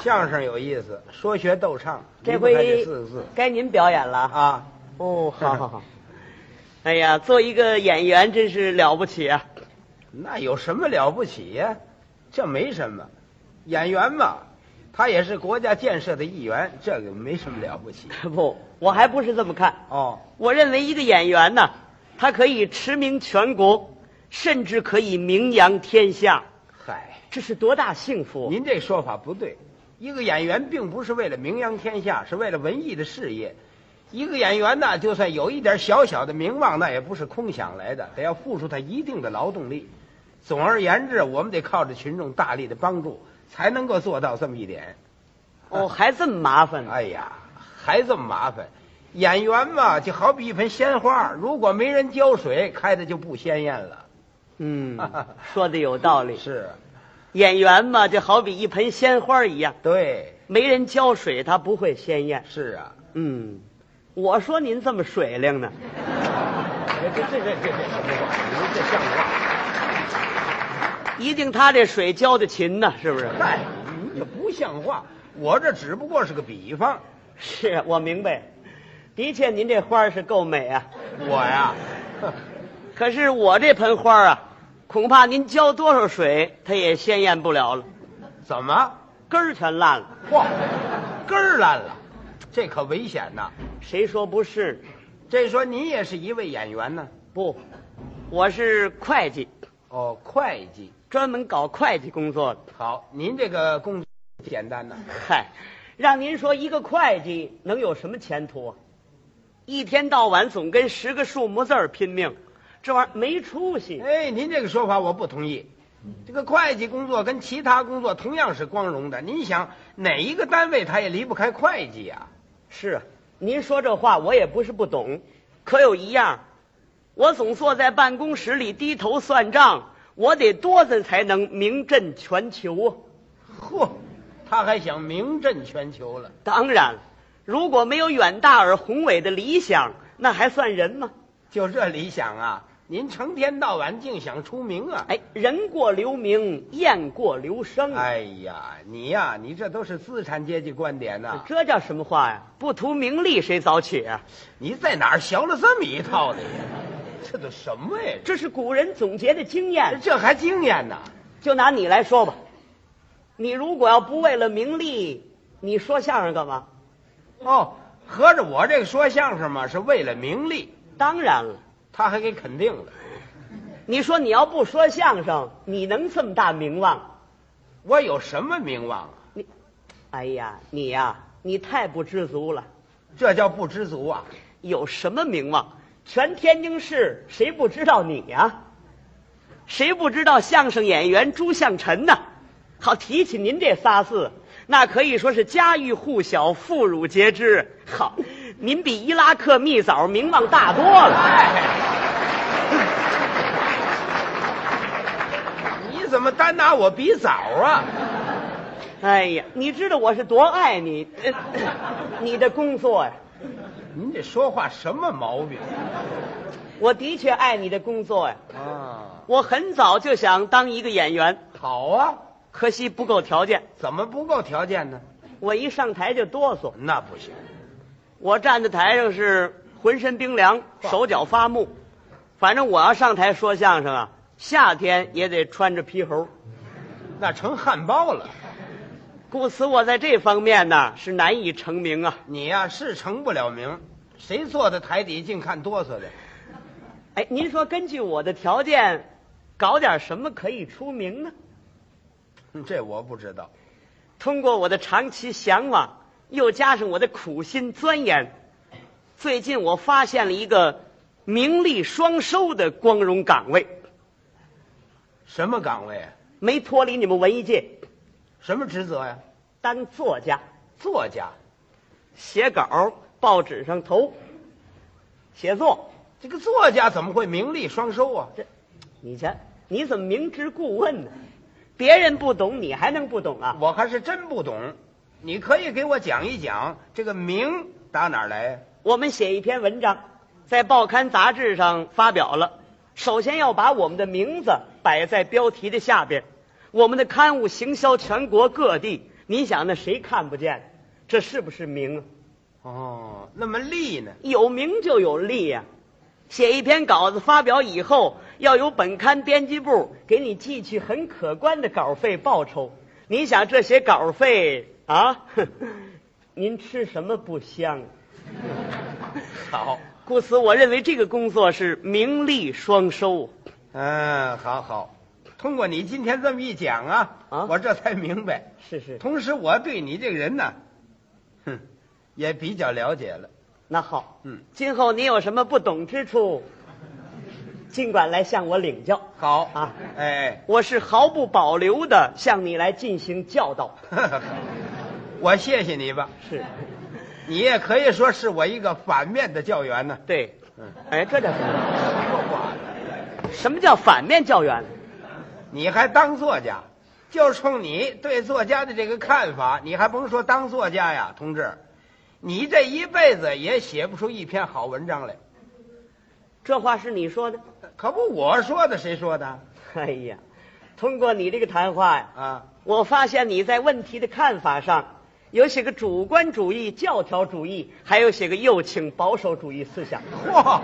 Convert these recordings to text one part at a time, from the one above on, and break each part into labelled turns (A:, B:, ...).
A: 相声有意思，说学逗唱，
B: 这
A: 离不开这
B: 回
A: 四个字
B: 该您表演了啊！
A: 啊，
B: 哦，好好好。 哎呀，做一个演员真是了不起啊！
A: 那有什么了不起呀、这没什么，演员嘛，他也是国家建设的一员，这个没什么了不起。
B: 不，我还不是这么看。
A: 哦，
B: 我认为一个演员呢，他可以驰名全国，甚至可以名扬天下，
A: 嗨，
B: 这是多大幸福！啊
A: 您这说法不对。一个演员并不是为了名扬天下，是为了文艺的事业。一个演员呢，就算有一点小小的名望，那也不是空想来的，得要付出他一定的劳动力。总而言之，我们得靠着群众大力的帮助，才能够做到这么一点。
B: 哦，还这么麻烦呢。
A: 哎呀，还这么麻烦。演员嘛，就好比一盆鲜花，如果没人浇水，开的就不鲜艳了。
B: 嗯，说的有道理。
A: 是，
B: 演员嘛，就好比一盆鲜花一样，
A: 对，
B: 没人浇水，它不会鲜艳。
A: 是啊。
B: 嗯，我说您这么水灵呢，
A: 这这这这这这什么话？您这像话？
B: 一定他这水浇的勤呢，是不是？
A: 嗨，您这不像话！我这只不过是个比方。
B: 是我明白，的确您这花儿是够美啊，
A: 我呀，
B: 可是我这盆花儿啊，恐怕您浇多少水，它也鲜艳不了了，
A: 怎么？
B: 根儿全烂了。
A: 嚯，根儿烂了，这可危险呐！
B: 谁说不是呢？
A: 这说您也是一位演员呢？
B: 不，我是会计，
A: 哦，会计。
B: 专门搞会计工作的。
A: 好，您这个工作简单呐。
B: 嗨，让您说一个会计能有什么前途啊？一天到晚总跟十个数目字儿拼命，这玩意儿没出息。
A: 哎，您这个说法我不同意。这个会计工作跟其他工作同样是光荣的。您想哪一个单位他也离不开会计呀、
B: 是啊，您说这话我也不是不懂，可有一样，我总坐在办公室里低头算账，我得多着才能名震全球啊！
A: 嚯，他还想名震全球了。
B: 当然了，如果没有远大而宏伟的理想，那还算人吗？
A: 就这理想啊，您成天到晚净想出名啊！
B: 哎，人过留名，雁过留声。
A: 哎呀，你呀、你这都是资产阶级观点呐、
B: 这叫什么话呀？不图名利，谁早起啊？
A: 你在哪儿学了这么一套的呀？这都什么呀？
B: 这是古人总结的经
A: 这
B: 验。
A: 这还经验呢？
B: 就拿你来说吧，你如果要不为了名利，你说相声干嘛？
A: 哦，合着我这个说相声嘛，是为了名利，
B: 当然了，
A: 他还给肯定了。
B: 你说你要不说相声，你能这么大名望？
A: 我有什么名望啊？
B: 你，哎呀，你呀、你太不知足了。
A: 这叫不知足啊！
B: 有什么名望？全天津市谁不知道你呀、谁不知道相声演员朱向臣呐？好，提起您这仨字，那可以说是家喻户晓、妇孺皆知。好，您比伊拉克蜜枣名望大多了。
A: 哎，你怎么单拿我比枣啊？
B: 哎呀，你知道我是多爱你，呃你的工作呀、
A: 您这说话什么毛病
B: 我的确爱你的工作呀、
A: 啊？
B: 我很早就想当一个演员，
A: 好啊，
B: 可惜不够条件，
A: 怎么不够条件呢？
B: 我一上台就哆嗦。
A: 那不行，
B: 我站在台上是浑身冰凉，
A: 哇
B: 手脚发木。反正我要上台说相声啊，夏天也得穿着皮猴，
A: 那成汉堡了。
B: 故此我在这方面呢是难以成名啊。
A: 你呀、是成不了名，谁坐在台底净看哆嗦的？
B: 哎，您说根据我的条件，搞点什么可以出名呢？
A: 哼嗯这我不知道。
B: 通过我的长期向往，又加上我的苦心钻研，最近我发现了一个名利双收的光荣岗位，
A: 什么岗位啊？
B: 没脱离你们文艺界，
A: 什么职责呀、
B: 当作家。
A: 作家。
B: 写稿，报纸上投，写作。
A: 这个作家怎么会名利双收啊？
B: 这，你瞧，你怎么明知故问呢？别人不懂，你还能不懂啊？
A: 我还是真不懂。你可以给我讲一讲这个名打哪儿来啊呀、
B: 我们写一篇文章，在报刊杂志上发表了，首先要把我们的名字摆在标题的下边，我们的刊物行销全国各地，您想那谁看不见？这是不是名啊？
A: 哦，那么利呢？
B: 有名就有利呀、写一篇稿子发表以后，要由本刊编辑部给你寄去很可观的稿费报酬。你想这些稿费啊，您吃什么不香？
A: 好，
B: 故此，我认为这个工作是名利双收。啊
A: 嗯，好好。通过你今天这么一讲啊，
B: 啊
A: 我这才明白。
B: 是是，
A: 同时，我对你这个人呢，哼，也比较了解了。
B: 那好，
A: 嗯，
B: 今后你有什么不懂之处，尽管来向我领教。
A: 好
B: 啊
A: 哎，
B: 我是毫不保留的向你来进行教导。
A: 我谢谢你吧。
B: 是，
A: 你也可以说是我一个反面的教员呢、
B: 对
A: 嗯，
B: 哎，这叫什么？什么叫反面教员？
A: 你还当作家，就冲你对作家的这个看法，你还甭说当作家呀，同志，你这一辈子也写不出一篇好文章来。
B: 这话是你说的？
A: 可不，我说的，谁说的
B: 哎呀，通过你这个谈话呀，
A: 啊？
B: 我发现你在问题的看法上，有写个主观主义、教条主义，还有写个右倾保守主义思想。
A: 嚯，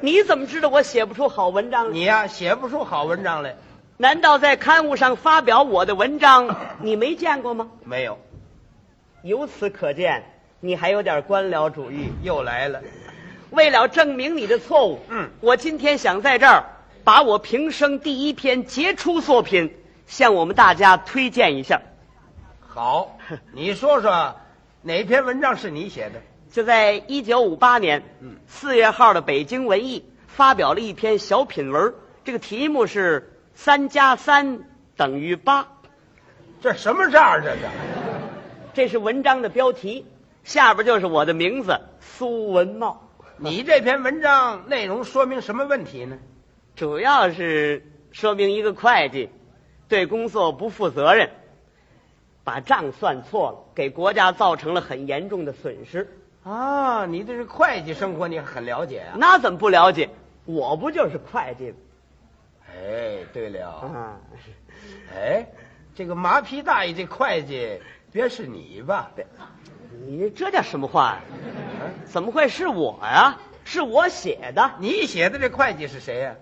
B: 你怎么知道我写不出好文章呢？
A: 你呀、写不出好文章来，
B: 难道在刊物上发表我的文章，你没见过吗？
A: 没有，
B: 由此可见，你还有点官僚主义。
A: 又来了。
B: 为了证明你的错误，
A: 嗯
B: 我今天想在这儿把我平生第一篇杰出作品向我们大家推荐一下。
A: 好，你说说哪篇文章是你写的？
B: 就在一九五八年
A: 嗯
B: 四月号的《北京文艺》发表了一篇小品文儿，这个题目是“三加三等于八
A: 这什么账儿？这是？”，
B: 这是文章的标题，下边就是我的名字苏文茂。
A: 你这篇文章内容说明什么问题呢？
B: 主要是说明一个会计对工作不负责任，把账算错了，给国家造成了很严重的损失。
A: 啊，你对这会计生活你很了解啊？
B: 那怎么不了解？我不就是会计吗？
A: 哎，对了，
B: 啊，
A: 哎，这个麻皮大爷这会计别是你吧？
B: 你这叫什么话呀、
A: 啊
B: 怎么会是我呀、是我写的。
A: 你写的这会计是谁呀、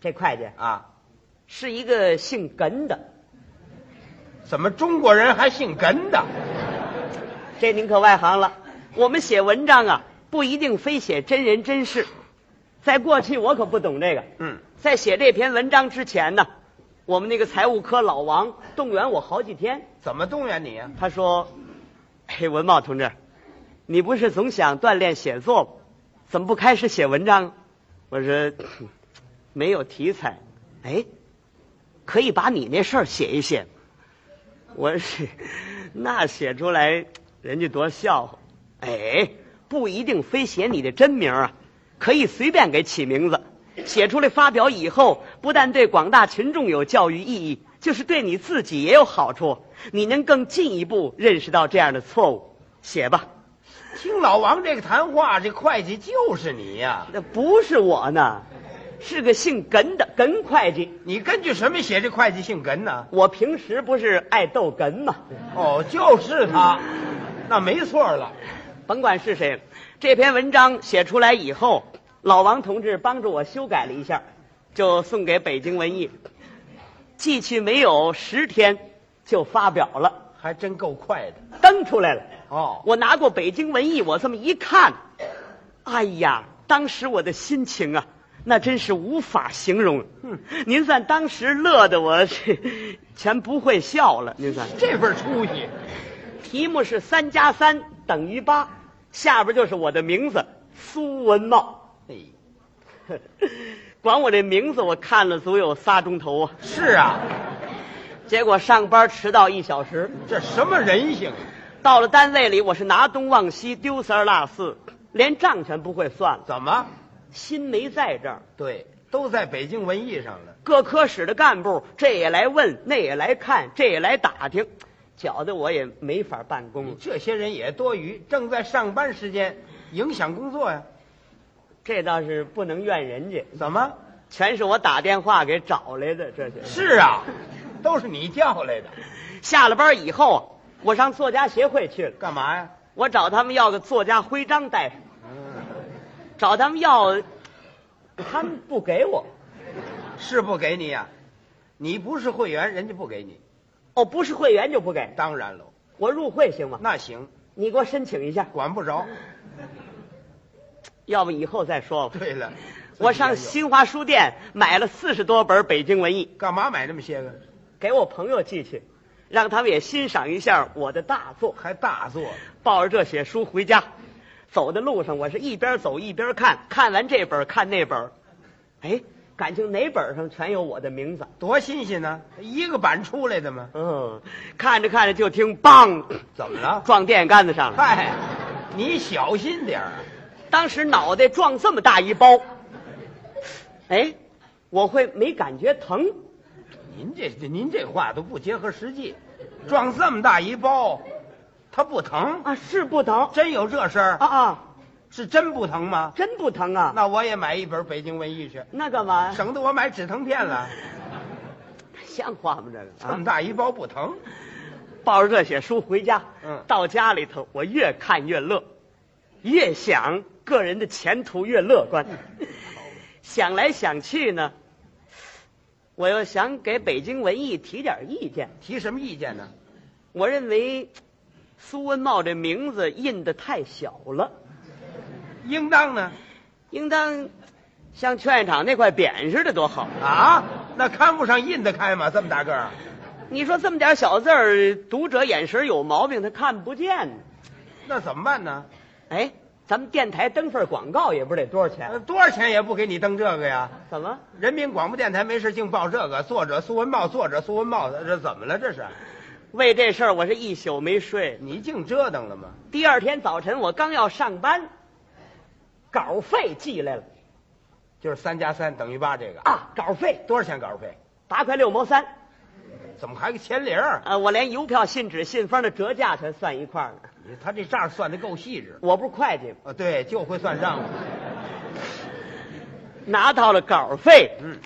B: 这会计
A: 啊？
B: 是一个姓根的，
A: 怎么中国人还姓根的？
B: 这您可外行了。我们写文章啊，不一定非写真人真事。在过去，我可不懂这个。
A: 嗯，
B: 在写这篇文章之前呢，我们那个财务科老王动员我好几天，
A: 怎么动员你啊呀、
B: 他说：“嘿，文茂同志，你不是总想锻炼写作吗？怎么不开始写文章？”我说：“没有题材。”哎，可以把你那事儿写一写。我是那写出来，人家多笑话。哎，不一定非写你的真名啊，可以随便给起名字。写出来发表以后，不但对广大群众有教育意义，就是对你自己也有好处。你能更进一步认识到这样的错误。写吧，
A: 听老王这个谈话，这会计就是你呀、
B: 那不是我呢，是个姓耿的耿会计。
A: 你根据什么写这会计姓根呢？
B: 我平时不是爱逗哏吗？
A: 哦，就是他，那没错了。
B: 甭管是谁，这篇文章写出来以后，老王同志帮助我修改了一下，就送给北京文艺，寄去没有十天就发表了，
A: 还真够快的
B: 登出来了。
A: 哦。
B: 我拿过北京文艺，我这么一看，哎呀，当时我的心情啊，那真是无法形容。您算当时乐的我是全不会笑了。您算，
A: 这份出息，
B: 题目是三加三等于八，下边就是我的名字苏文茂。
A: 哎，
B: 管我这名字，我看了足有仨钟头啊！
A: 是啊，
B: 结果上班迟到一小时，
A: 这什么人性啊？
B: 到了单位里，我是拿东忘西，丢三落四，连账全不会算了，
A: 怎么？
B: 心没在这儿。
A: 对，都在北京文艺上了。
B: 各科室的干部这也来问，那也来看，这也来打听，搅得我也没法办公
A: 你。这些人也多余，正在上班时间，影响工作呀、
B: 这倒是不能怨人家，
A: 怎么？
B: 全是我打电话给找来的。这些
A: 是啊，都是你叫来的，
B: 下了班以后，啊我上作家协会去了，
A: 干嘛呀？
B: 我找他们要个作家徽章带上，
A: 嗯
B: 找他们要，他们不给我。
A: 是不给你呀、你不是会员，人家不给你。
B: 哦，不是会员就不给，
A: 当然喽，
B: 我入会行吗？
A: 那行，
B: 你给我申请一下，
A: 管不着。
B: 要不以后再说吧。
A: 对了，
B: 我上
A: 自己也
B: 新华书店买了四十多本北京文艺，
A: 有干嘛买这么些个？
B: 给我朋友寄去，让他们也欣赏一下我的大作。
A: 还大作，
B: 抱着这些书回家，走的路上我是一边走一边看，看完这本儿看那本儿，哎，感情哪本儿上全有我的名字。
A: 多新鲜呢！一个版出来的吗？
B: 嗯，看着看着就听“梆
A: 怎么”了？
B: 撞电线杆子上了，
A: 嗨，你小心点儿啊！
B: 当时脑袋撞这么大一包，哎，我会没感觉疼。
A: 您这您这话都不结合实际，撞这么大一包，它不疼？
B: 啊，是不疼
A: 真有这事儿？
B: 啊啊，
A: 是真不疼吗？
B: 真不疼啊。
A: 那我也买一本《北京文艺》去，
B: 那干嘛？
A: 省得我买止疼片了。
B: 像话吗？这个
A: 这
B: 啊
A: 么，大一包不 疼，
B: 抱着这些书回家，
A: 嗯
B: 到家里头我越看越乐，越想个人的前途越乐观。
A: 嗯
B: 想来想去呢，我又想给北京文艺提点意见。
A: 提什么意见呢？
B: 我认为苏文茂这名字印的太小了，
A: 应当呢？
B: 应当像劝业场那块匾似的多好。
A: 啊，那刊物上印得开吗？这么大个儿，
B: 你说这么点小字儿，读者眼神有毛病，他看不见呢。
A: 那怎么办呢？
B: 哎，咱们电台登份广告也不知得多少
A: 呃
B: 钱？啊
A: 多少钱也不给你登这个呀！
B: 怎么？
A: 人民广播电台没事净报这个，作者苏文茂，作者苏文茂，这怎么了？这是
B: 为这事儿我是一宿没睡。
A: 你净折腾了吗？
B: 第二天早晨我刚要上班，稿费寄来了
A: 就是三加三等于八这个，
B: 啊，稿费
A: 多少钱稿费？
B: 八块六毛三。
A: 怎么还个钱零儿？
B: 呃，我连邮票、信纸、信封的折价全算一块儿呢。
A: 你他这账算得够细致
B: 我不是会计吗？
A: 啊！对，就会算账。
B: 拿到了稿费，
A: 嗯，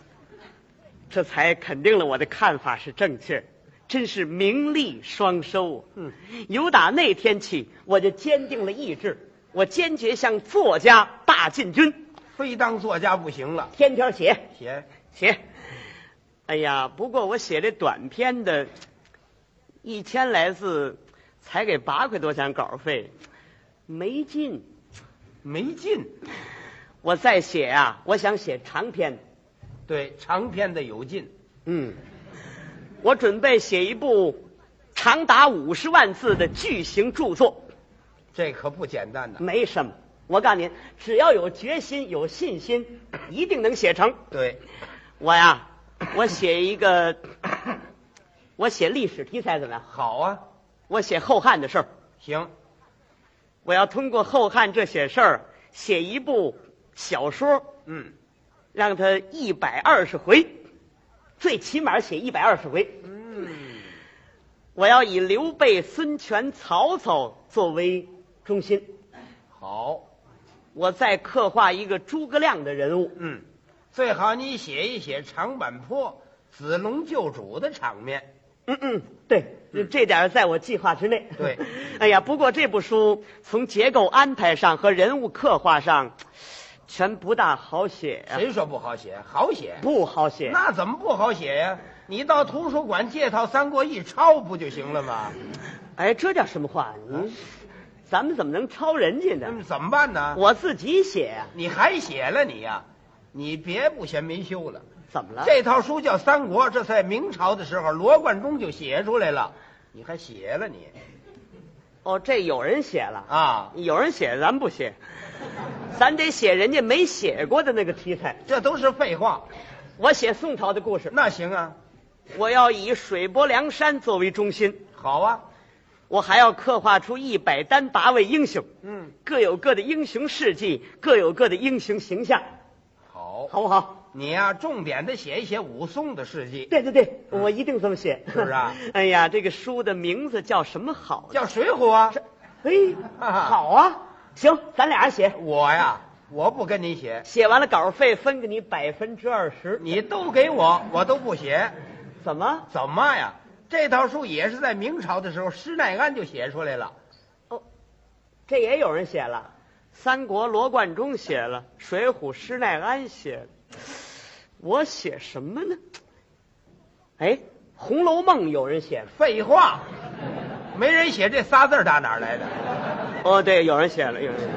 B: 这才肯定了我的看法是正确的，真是名利双收。啊
A: 嗯，
B: 由打那天起，我就坚定了意志，我坚决向作家大进军，
A: 非当作家不行了，
B: 天天写
A: 写
B: 写。哎呀，不过我写这短篇的，一千来字，才给八块多钱稿费，没劲。
A: 没劲。
B: 我再写啊，我想写长篇。
A: 对，长篇的有劲，
B: 嗯，我准备写一部长达五十万字的巨型著作，
A: 这可不简单呐。
B: 没什么。我告诉您，只要有决心、有信心，一定能写成。
A: 对，
B: 我呀，我写一个，我写历史题材怎么样？
A: 好啊，
B: 我写后汉的事儿。
A: 行，
B: 我要通过后汉这些事儿写一部小说，
A: 嗯，
B: 让它一百二十回，最起码写一百二十回。
A: 嗯，
B: 我要以刘备、孙权、曹操作为中心，
A: 好，
B: 我再刻画一个诸葛亮的人物。
A: 嗯，最好你写一写长坂坡子龙救主的场面。
B: 嗯嗯，对，这点儿在我计划之内。
A: 对，
B: 哎呀，不过这部书从结构安排上和人物刻画上，全不大好写呀、
A: 谁说不好写？好写，
B: 不好写。
A: 那怎么不好写呀？你到图书馆借套《三国一抄》不就行了吗？
B: 哎，这叫什么话？
A: 啊
B: 你，咱们怎么能抄人家
A: 那么
B: 呢？
A: 嗯怎么办呢？
B: 我自己写呀、
A: 你还写了你呀、你别不嫌没羞了。
B: 怎么了？
A: 这套书叫《三国》，这在明朝的时候罗贯中就写出来了，你还写了你
B: 哦，这有人写了。
A: 啊？
B: 有人写，咱 不写，咱得写人家没写过的那个题材。
A: 这都是废话。
B: 我写宋朝的故事，
A: 那行啊，
B: 我要以水泊梁山作为中心，
A: 好啊，
B: 我还要刻画出一百单八位英雄，
A: 嗯，
B: 各有各的英雄事迹，各有各的英雄形象，
A: 好。
B: 好不好？
A: 你呀、重点的写一写武松的事迹，
B: 对对对，我一定这么写，
A: 嗯是不是啊
B: 哎呀，这个书的名字叫什么好呢？
A: 叫《水浒》啊。
B: 嘿，好啊，行，咱俩写，
A: 我呀，我不跟你写，
B: 写完了稿费分给你百分之二十，
A: 你都给我，我都不写。
B: 怎么？
A: 怎么呀？这套书也是在明朝的时候，施耐庵就写出来了。
B: 哦，这也有人写了，《三国》罗贯中写了，《水浒》施耐庵写了，我写什么呢？哎，《红楼梦》有人写了。
A: 废话，没人写这仨字儿打哪儿来的？
B: 哦，对，有人写了，有人写了。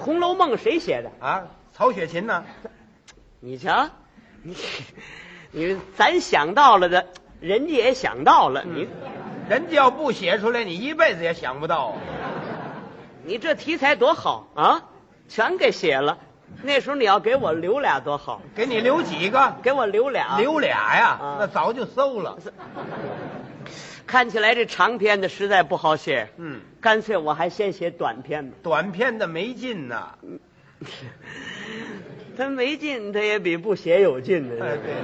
B: 《红楼梦》谁写的？
A: 啊，曹雪芹呢？
B: 你瞧，你 你咱想到了的，人家也想到了。你
A: 人家要不写出来，你一辈子也想不到啊。
B: 你这题材多好啊，全给写了。那时候你要给我留俩多好，
A: 给你留几个？
B: 给我留俩。
A: 留俩呀？
B: 啊
A: 那早就馊了。
B: 看起来这长篇的实在不好写，
A: 嗯，
B: 干脆我还先写短篇吧。
A: 短篇的没劲呐。
B: 他没劲，他也比不写有劲
A: 哎，
B: 呢。
A: 对，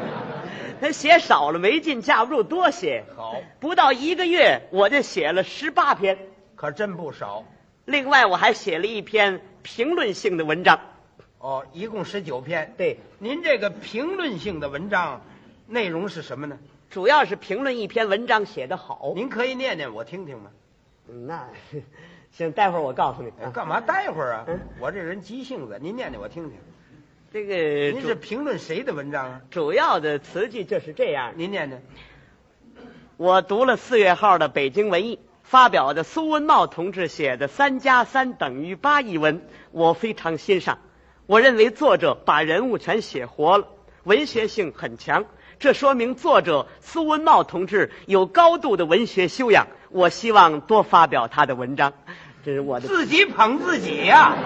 B: 他写少了没劲，架不住多写。
A: 好，
B: 不到一个月，我就写了十八篇，
A: 可真不少。
B: 另外我还写了一篇评论性的文章。
A: 哦，一共十九篇。
B: 对，
A: 您这个评论性的文章内容是什么呢？
B: 主要是评论一篇文章写得好。
A: 您可以念念我听听吗？
B: 嗯那行，待会儿我告诉你
A: 哎
B: 啊。
A: 干嘛待会儿啊
B: 嗯？
A: 我这人急性子，您念念我听听。
B: 这个
A: 您
B: 主
A: 是评论谁的文章啊？
B: 主要的词句就是这样的。
A: 您念念。
B: 我读了四月号的《北京文艺》，发表的苏文茂同志写的“三加三等于八”一文，我非常欣赏。我认为作者把人物全写活了，文学性很强，这说明作者苏文茂同志有高度的文学修养。我希望多发表他的文章，这是我的。
A: 自己捧自己呀、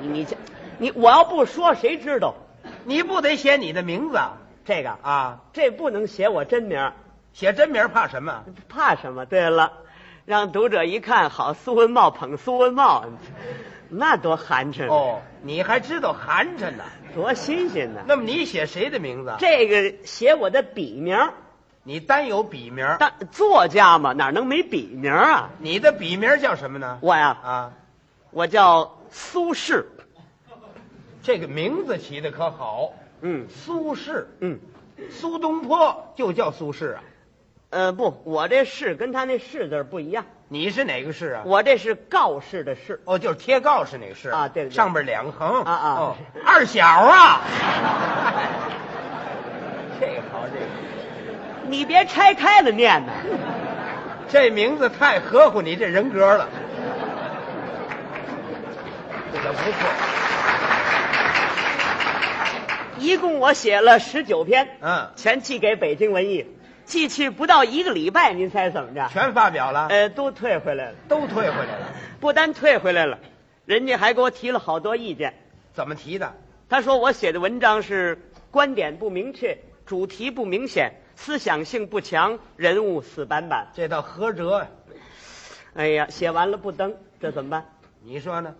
B: 你你这，你我要不说谁知道
A: 你不得写你的名字啊
B: 这个啊？
A: 啊？
B: 这不能写我真名儿。
A: 写真名怕什么？啊
B: 怕什么？对了，让读者一看，好，苏文茂捧苏文茂，那多寒碜，
A: 哦，你还知道寒碜呢？
B: 多新鲜呢！
A: 那么你写谁的名字啊？
B: 嗯这个写我的笔名，
A: 你单有笔名，
B: 当作家嘛，哪能没笔名啊？
A: 你的笔名叫什么呢？
B: 我呀，
A: 啊，
B: 我叫苏轼，
A: 这个名字起的可好，
B: 嗯
A: 苏轼，
B: 嗯，
A: 苏东坡就叫苏轼啊。
B: 呃，不，我这轼跟他那轼字儿不一样，
A: 你是哪个轼啊？
B: 我这是告示的示，
A: 哦，就是贴告示那个轼
B: 啊对对对
A: 上边两横
B: 啊啊
A: 哦，二小 啊。这个好，这个。
B: 你别拆开了念呐。
A: 这名字太合乎你这人格了，这个不错。
B: 一共我写了十九篇，
A: 嗯
B: 全寄给北京文艺，寄去不到一个礼拜，您猜怎么着？
A: 全发表了，
B: 呃，都退回来了。
A: 都退回来了。
B: 不单退回来了，人家还给我提了好多意见。
A: 怎么提的？
B: 他说我写的文章是观点不明确，主题不明显，思想性不强，人物死板板。
A: 这倒合辙啊呀。
B: 哎呀，写完了不登，这怎么办？
A: 你说呢？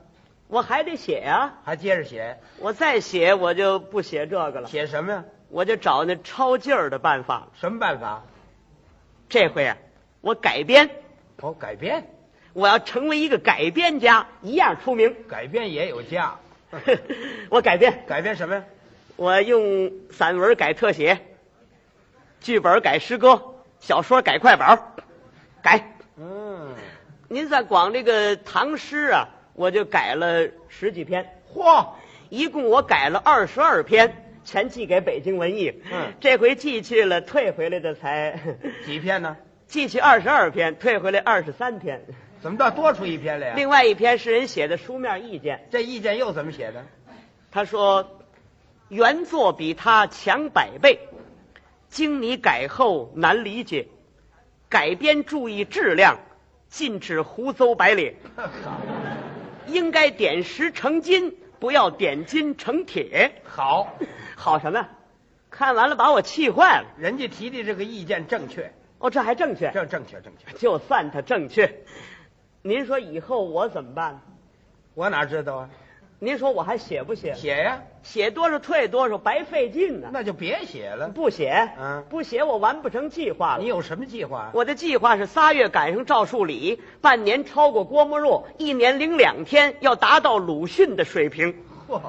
B: 我还得写啊！
A: 还接着写，
B: 我再写我就不写这个了，
A: 写什么呀？
B: 我就找那抄劲儿的办法了。
A: 什么办法？
B: 这回啊，我改编，
A: 哦，改编，
B: 我要成为一个改编家，一样出名。
A: 改编也有价。
B: 我改编，
A: 改编什么呀？
B: 我用散文改特写，剧本改诗歌，小说改快板，改。
A: 嗯，
B: 您再广这个唐诗啊，我就改了十几篇，
A: 嚯，
B: 一共我改了二十二篇，全寄给北京文艺。
A: 嗯
B: 这回寄去了，退回来的才
A: 几篇呢？
B: 寄去二十二篇，退回来二十三篇。
A: 怎么倒多出一篇来呀？
B: 另外一篇是人写的书面意见，
A: 这意见又怎么写 的？
B: 他说原作比他强百倍，经你改后难理解，改编注意质量，禁止胡诌白咧，应该点石成金，不要点金成铁。
A: 好，
B: 好什么？看完了把我气坏了。
A: 人家提的这个意见正确，
B: 哦，这还正确，
A: 这正确正确。
B: 就算他正确，您说以后我怎么办？
A: 我哪知道啊？
B: 您说我还写不写？
A: 写呀、
B: 写多少退多少，白费劲呢、
A: 那就别写了。
B: 不写，
A: 嗯
B: 不写我完不成计划了
A: 你。有什么计划？
B: 我的计划是仨月赶上赵树理，半年超过郭沫若，一年零两天要达到鲁迅的水平。
A: 嚯，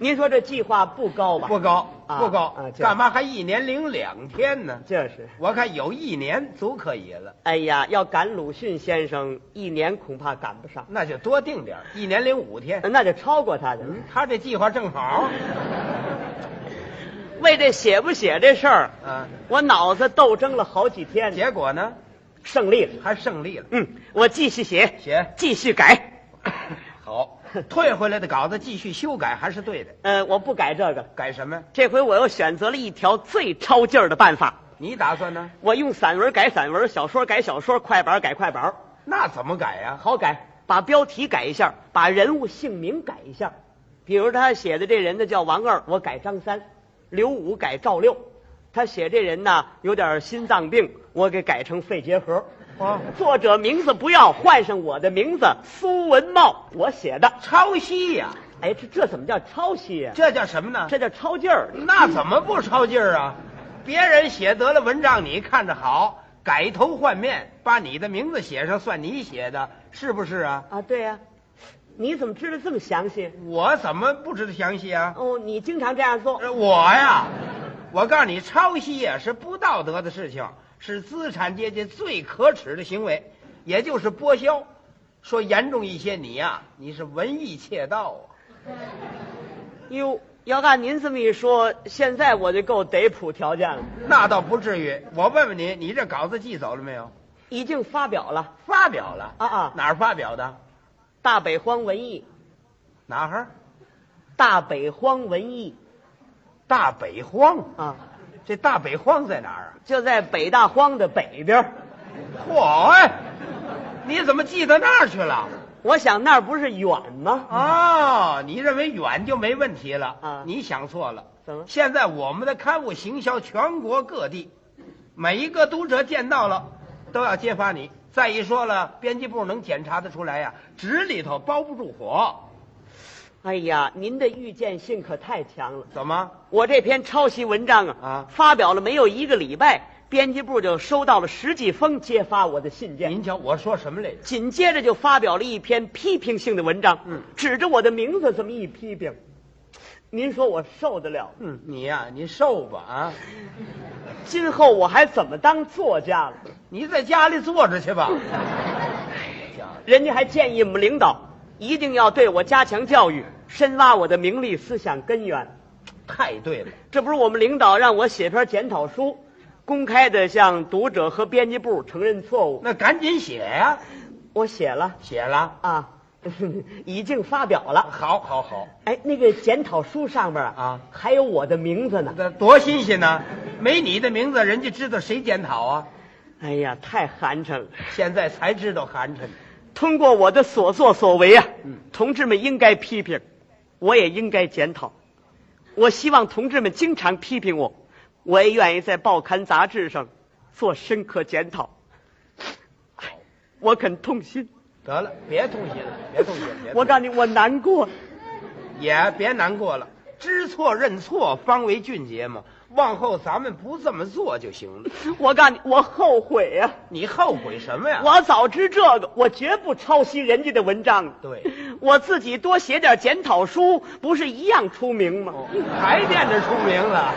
B: 您说这计划不高吧？
A: 不高，
B: 啊
A: 不高，
B: 啊，
A: 干
B: 嘛？
A: 嘛还一年零两天呢？
B: 这是，
A: 我看有一年足可以了，
B: 哎呀，要赶鲁迅先生，一年恐怕赶不上，
A: 那就多定点儿，一年零五天。
B: 那就超过他去了。
A: 嗯，他这计划正好。
B: 为这写不写这事儿，
A: 啊，
B: 我脑子斗争了好几天，
A: 结果呢，
B: 胜利了。
A: 还胜利了。
B: 嗯，我继续写，
A: 写
B: 继续改。
A: 好，退回来的稿子继续修改还是对的。
B: 呃，我不改这个，
A: 改什么？
B: 这回我又选择了一条最超劲儿的办法。
A: 你打算呢？
B: 我用散文改散文，小说改小说，快板改快板，
A: 那怎么改呀、
B: 好改。把标题改一下，把人物姓名改一下。比如他写的这人呢叫王二，我改张三；刘五改赵六。他写这人呢有点心脏病，我给改成肺结核。
A: 哦，
B: 作者名字不要，换上我的名字苏文茂，我写的。
A: 抄袭呀、
B: 哎，这这怎么叫抄袭呀、
A: 这叫什么呢？
B: 这叫抄劲儿。
A: 那怎么不抄劲儿啊？别人写得了文章，你看着好，改头换面，把你的名字写上，算你写的，是不是啊？
B: 啊，对呀、你怎么知道这么详细？
A: 我怎么不知道详细啊？
B: 哦，你经常这样做。
A: 呃我呀，我告诉你，抄袭呀是不道德的事情，是资产阶级最可耻的行为，也就是剥削。说严重一些，你呀、你是文艺窃盗啊！
B: 哟，要按您这么一说，现在我就够得谱条件了，
A: 那倒不至于。我问问你，你这稿子寄走了没有？
B: 已经发表了
A: 发表了
B: 啊啊！
A: 哪儿发表的？
B: 大北荒文艺，
A: 哪儿？
B: 大北荒文艺
A: 大北荒。
B: 啊，
A: 这大北荒在哪儿啊？
B: 就在北大荒的北边儿。
A: 嚯哎，你怎么寄到那儿去了？
B: 我想那儿不是远吗？
A: 哦，你认为远就没问题了
B: 啊
A: 你想错了。
B: 怎么？
A: 现在我们的刊物行销全国各地，每一个读者见到了都要揭发你。再一说了，编辑部能检查得出来呀、纸里头包不住火。
B: 哎呀，您的预见性可太强了。
A: 怎么？
B: 我这篇抄袭文章啊，
A: 啊
B: 发表了没有一个礼拜，编辑部就收到了十几封揭发我的信件，
A: 您瞧我说什么来着？
B: 紧接着就发表了一篇批评性的文章，
A: 嗯
B: 指着我的名字这么一批评，您说我受得了？
A: 嗯，你呀、你瘦吧啊！
B: 今后我还怎么当作家了？
A: 你在家里坐着去吧。哎
B: 人家还建议我们领导一定要对我加强教育，深挖我的名利思想根源。
A: 太对了，
B: 这不是我们领导让我写篇检讨书，公开的向读者和编辑部承认错误，
A: 那赶紧写呀、
B: 我写了。
A: 写了，
B: 啊， 已经发表了。
A: 好，好，好，
B: 哎，那个检讨书上边
A: 啊
B: 还有我的名字呢。
A: 那多新鲜呢！没你的名字，人家知道谁检讨啊？
B: 哎呀，太寒碜了！
A: 现在才知道寒碜。
B: 通过我的所作所为啊，
A: 嗯
B: 同志们应该批评，我也应该检讨。我希望同志们经常批评我，我也愿意在报刊杂志上做深刻检讨。哎我很痛心，
A: 得了，别痛心了，别痛心了，别
B: 我
A: 痛心
B: 告诉你，我难过。
A: 也别难过了，知错认错方为俊杰嘛。往后咱们不这么做就行了。
B: 我告诉你，我后悔呀、
A: 你后悔什么呀？
B: 我早知这个，我绝不抄袭人家的文章。
A: 对，
B: 我自己多写点检讨书，不是一样出名吗？
A: 哦还惦着出名了。